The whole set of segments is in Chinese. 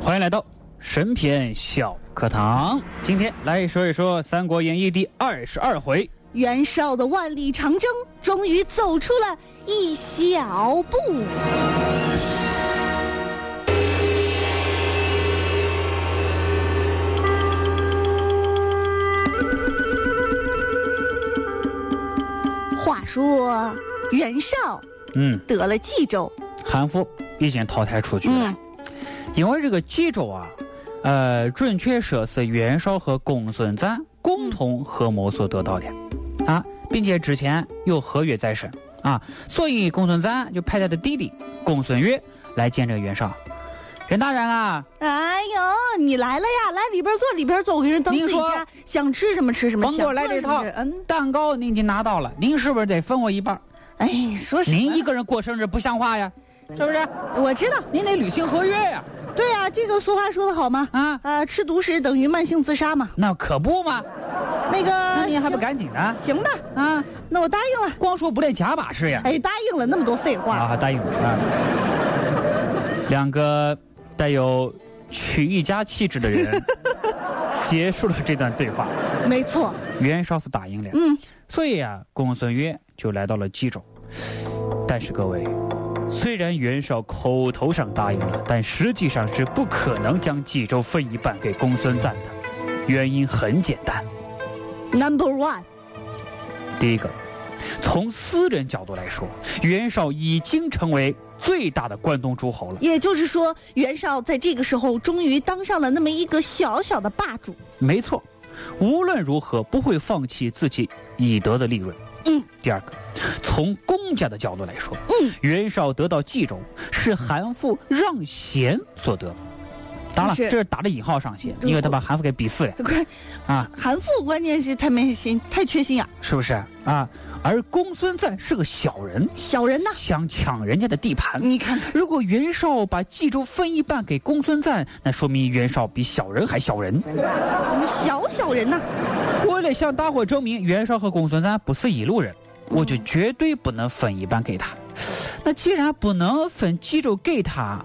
欢迎来到神篇小课堂，今天来说一说《三国演义》第二十二回。袁绍的万里长征终于走出了一小步。话说袁绍嗯，得了冀州，韩馥已经淘汰出局了，嗯，因为这个冀州啊，呃，准确说是袁绍和公孙瓒共同合谋所得到的，啊，并且之前有合约在身啊，所以公孙瓒就派他的弟弟公孙越来见这个袁绍。袁大人啊，哎呦，你来了呀！来里边坐，里边坐，我给人当自您己说家，想吃什么吃什么。甭给想我来喝这什么套吃嗯，蛋糕您已经拿到了，您是不是得分我一半儿？哎，说什么呢？您一个人过生日不像话呀，是不是？我知道，您得履行合约呀、对啊，这个俗话说的好嘛，啊呃，吃独食等于慢性自杀嘛。那可不嘛，那个，哎那您还不行赶紧的行吧？啊？那我答应了。光说不练假把式呀！哎，答应了，那么多废哎话，啊，答应了啊。两个带有曲艺家气质 的人结束了这段对话。没错，袁绍是打赢了，嗯，所以啊，公孙越就来到了冀州。但是各位，虽然袁绍口头上答应了，但实际上是不可能将冀州分一半给公孙瓒的。原因很简单， Number One，第一个，从私人角度来说，袁绍已经成为最大的关东诸侯了。也就是说，袁绍在这个时候终于当上了那么一个小小的霸主。没错，无论如何不会放弃自己已得的利润。嗯，第二个，从公家的角度来说，嗯，袁绍得到冀州是韩馥让贤所得。当然了，是这是打着引号上贤，嗯因为他把韩馥给鄙视了关啊，韩馥关键是太没心，太缺心眼儿，是不是啊？而公孙瓒是个小人，小人呐。想抢人家的地盘。你看看，如果袁绍把冀州分一半给公孙瓒，那说明袁绍比小人还小人。我们小小人呐，为了向大伙证明袁绍和公孙瓒不是一路人，我就绝对不能分一半给他。那既然不能分冀州给他，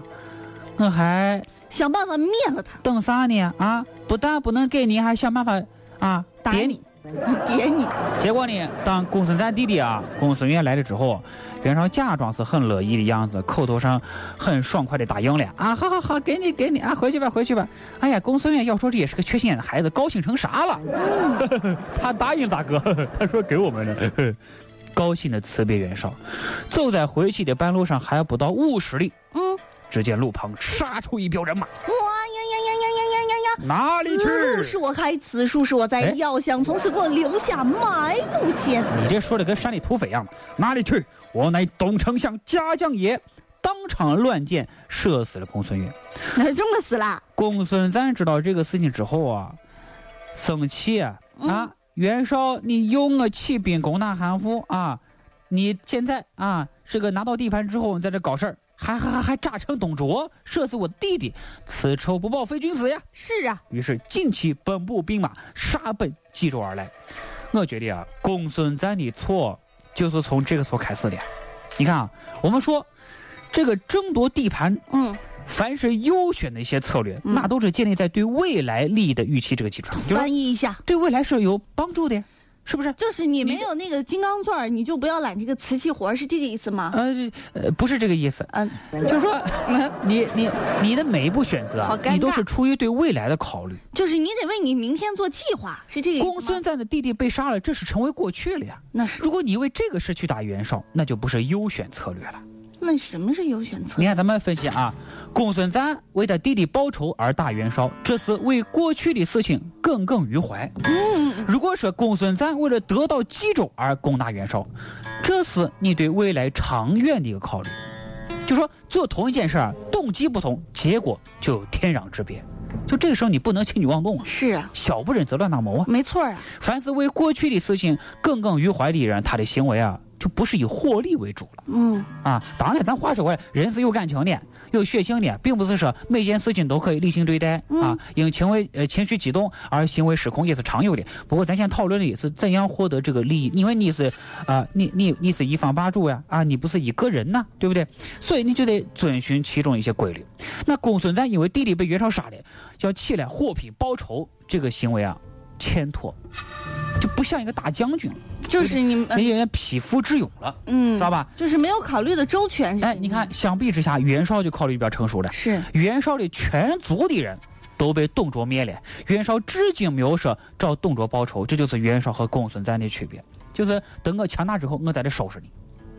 那还想办法灭了他，等啥呢？啊，不但不能给你，还想办法啊打点你。，嗯点你，结果呢，当公孙瓒弟弟啊公孙越来了之后，袁绍假装是很乐意的样子，口头上很爽快的答应了啊，好好好，给你给你啊，回去吧回去吧。哎呀，公孙越要说这也是个缺心眼的孩子，高兴成啥了？他答应大哥，他说给我们呢。高兴的辞别袁绍，走在回去的半路上还不到五十里，嗯，只见路旁杀出一彪人马，哇呀呀呀呀呀呀呀呀！哪里去？此路是我开，此树是我栽哎。要想从此给我留下埋路钱，你这说的跟山里土匪一样嘛！哪里去？我乃董丞相家将也！当场乱箭射死了公孙越。那 这么死啦？公孙瓒知道这个事情之后啊，生气啊！啊，袁绍，你用我起兵攻打韩馥啊！你现在啊，这个拿到地盘之后，你在这搞事儿，还还还还诈称董卓，射死我弟弟，此仇不报非君子呀！是啊，于是近期本部兵马杀奔冀州而来。我觉得啊，公孙瓒的错就是从这个时候开始的。你看啊，我们说这个争夺地盘，嗯，凡是优选的一些策略，嗯那都是建立在对未来利益的预期这个基础上，就是翻译一下，对未来是有帮助的，是不是？就是你你没有那个金刚钻儿，你就不要揽这个瓷器活儿，是这个意思吗？呃，这呃，不是这个意思，嗯，就是说，呃你你你的每一步选择好啊，尴尬你都是出于对未来的考虑。就是你得为你明天做计划，是这个意思吗公孙瓒的弟弟被杀了，这是成为过去了呀。那是如果你为这个事去打袁绍，那就不是优选策略了。那什么是优选策你？看，咱们分析啊，公孙瓒为他弟弟报仇而打袁绍，这是为过去的事情耿耿于怀。如果说公孙瓒为了得到冀州而攻打袁绍，这是你对未来长远的一个考虑。就说做同一件事儿，动机不同，结果就有天壤之别。就这个时候，你不能轻举妄动啊，是啊，小不忍则乱大谋啊。没错儿啊，凡是为过去的事情耿耿于怀的人，他的行为啊，就不是以获利为主了。嗯，啊，当然，咱话说回来，人是有感情的，有血性的，并不是说每件事情都可以理性对待、啊。因情为呃情绪激动而行为失控也是常有的。不过，咱先讨论的是怎样获得这个利益，因为你是啊、你你你是一方霸主呀，啊，你不是一个人呐、对不对？所以你就得遵循其中一些规律。那公孙瓒因为弟弟被袁绍杀了，要起来获批报仇，这个行为啊，欠妥，就不像一个大将军了，就是你们，人家有点匹夫之勇了，嗯知道，吧？就是没有考虑的周全。是这个哎，意思你看，相比之下，袁绍就考虑比较成熟 了。是 袁绍的全族的人都被董卓灭了，袁绍至今没有说找董卓报仇，这就是袁绍和公孙瓒的区别，就是等我强大之后，我再来收拾你。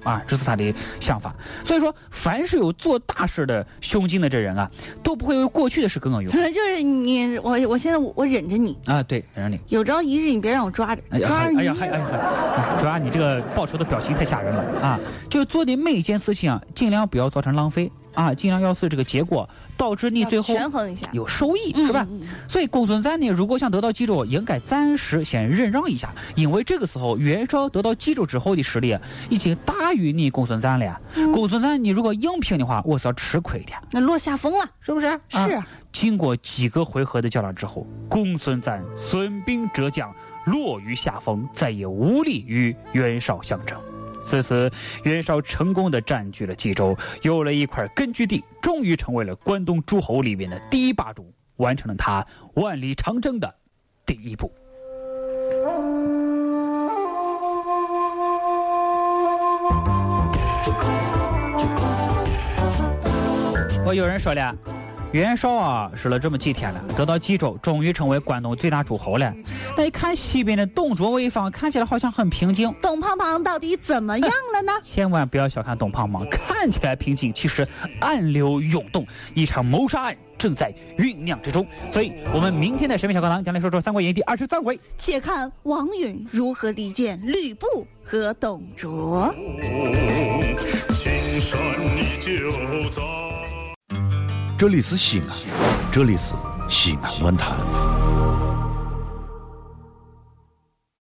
啊，这是他的想法。所以说，凡是有做大事的胸襟的这人啊，都不会为过去的事耿耿于怀就是你，我我现在我我忍着你，啊。对，让你。有朝一日你别让我抓着，哎呀，抓着你哎也呀，哎 呀，哎呀，主要你这个报仇的表情太吓人了啊！就是做的每一件事情啊，尽量不要造成浪费啊，尽量要是这个结果导致你要最后权衡一下，有收益，嗯是吧？嗯嗯所以公孙瓒呢，如果想得到冀州，应该暂时先忍让一下，因为这个时候袁绍得到冀州之后的实力啊已经大于你公孙瓒了呀。嗯公孙瓒你如果硬拼的话，我是要吃亏的，那落下风了，是不是？啊是啊经过几个回合的较量之后，公孙瓒损兵折将，落于下风，再也无力与袁绍相争。此时，袁绍成功的占据了冀州，有了一块根据地，终于成为了关东诸侯里面的第一霸主，完成了他万里长征的第一步。我哦有人说了，袁绍啊，使了这么几天了，得到冀州，终于成为关东最大诸侯了。那一看西边的董卓潍坊，看起来好像很平静，董胖胖到底怎么样了呢？ 千万不要小看董胖胖，看起来平静，其实暗流涌动，一场谋杀案正在酝酿之中。所以，我们明天的神秘小课堂将来说说《三国演义》第二十三回。且看王允如何离间吕布和董卓。青山依旧在。这里是西安，这里是西安论坛。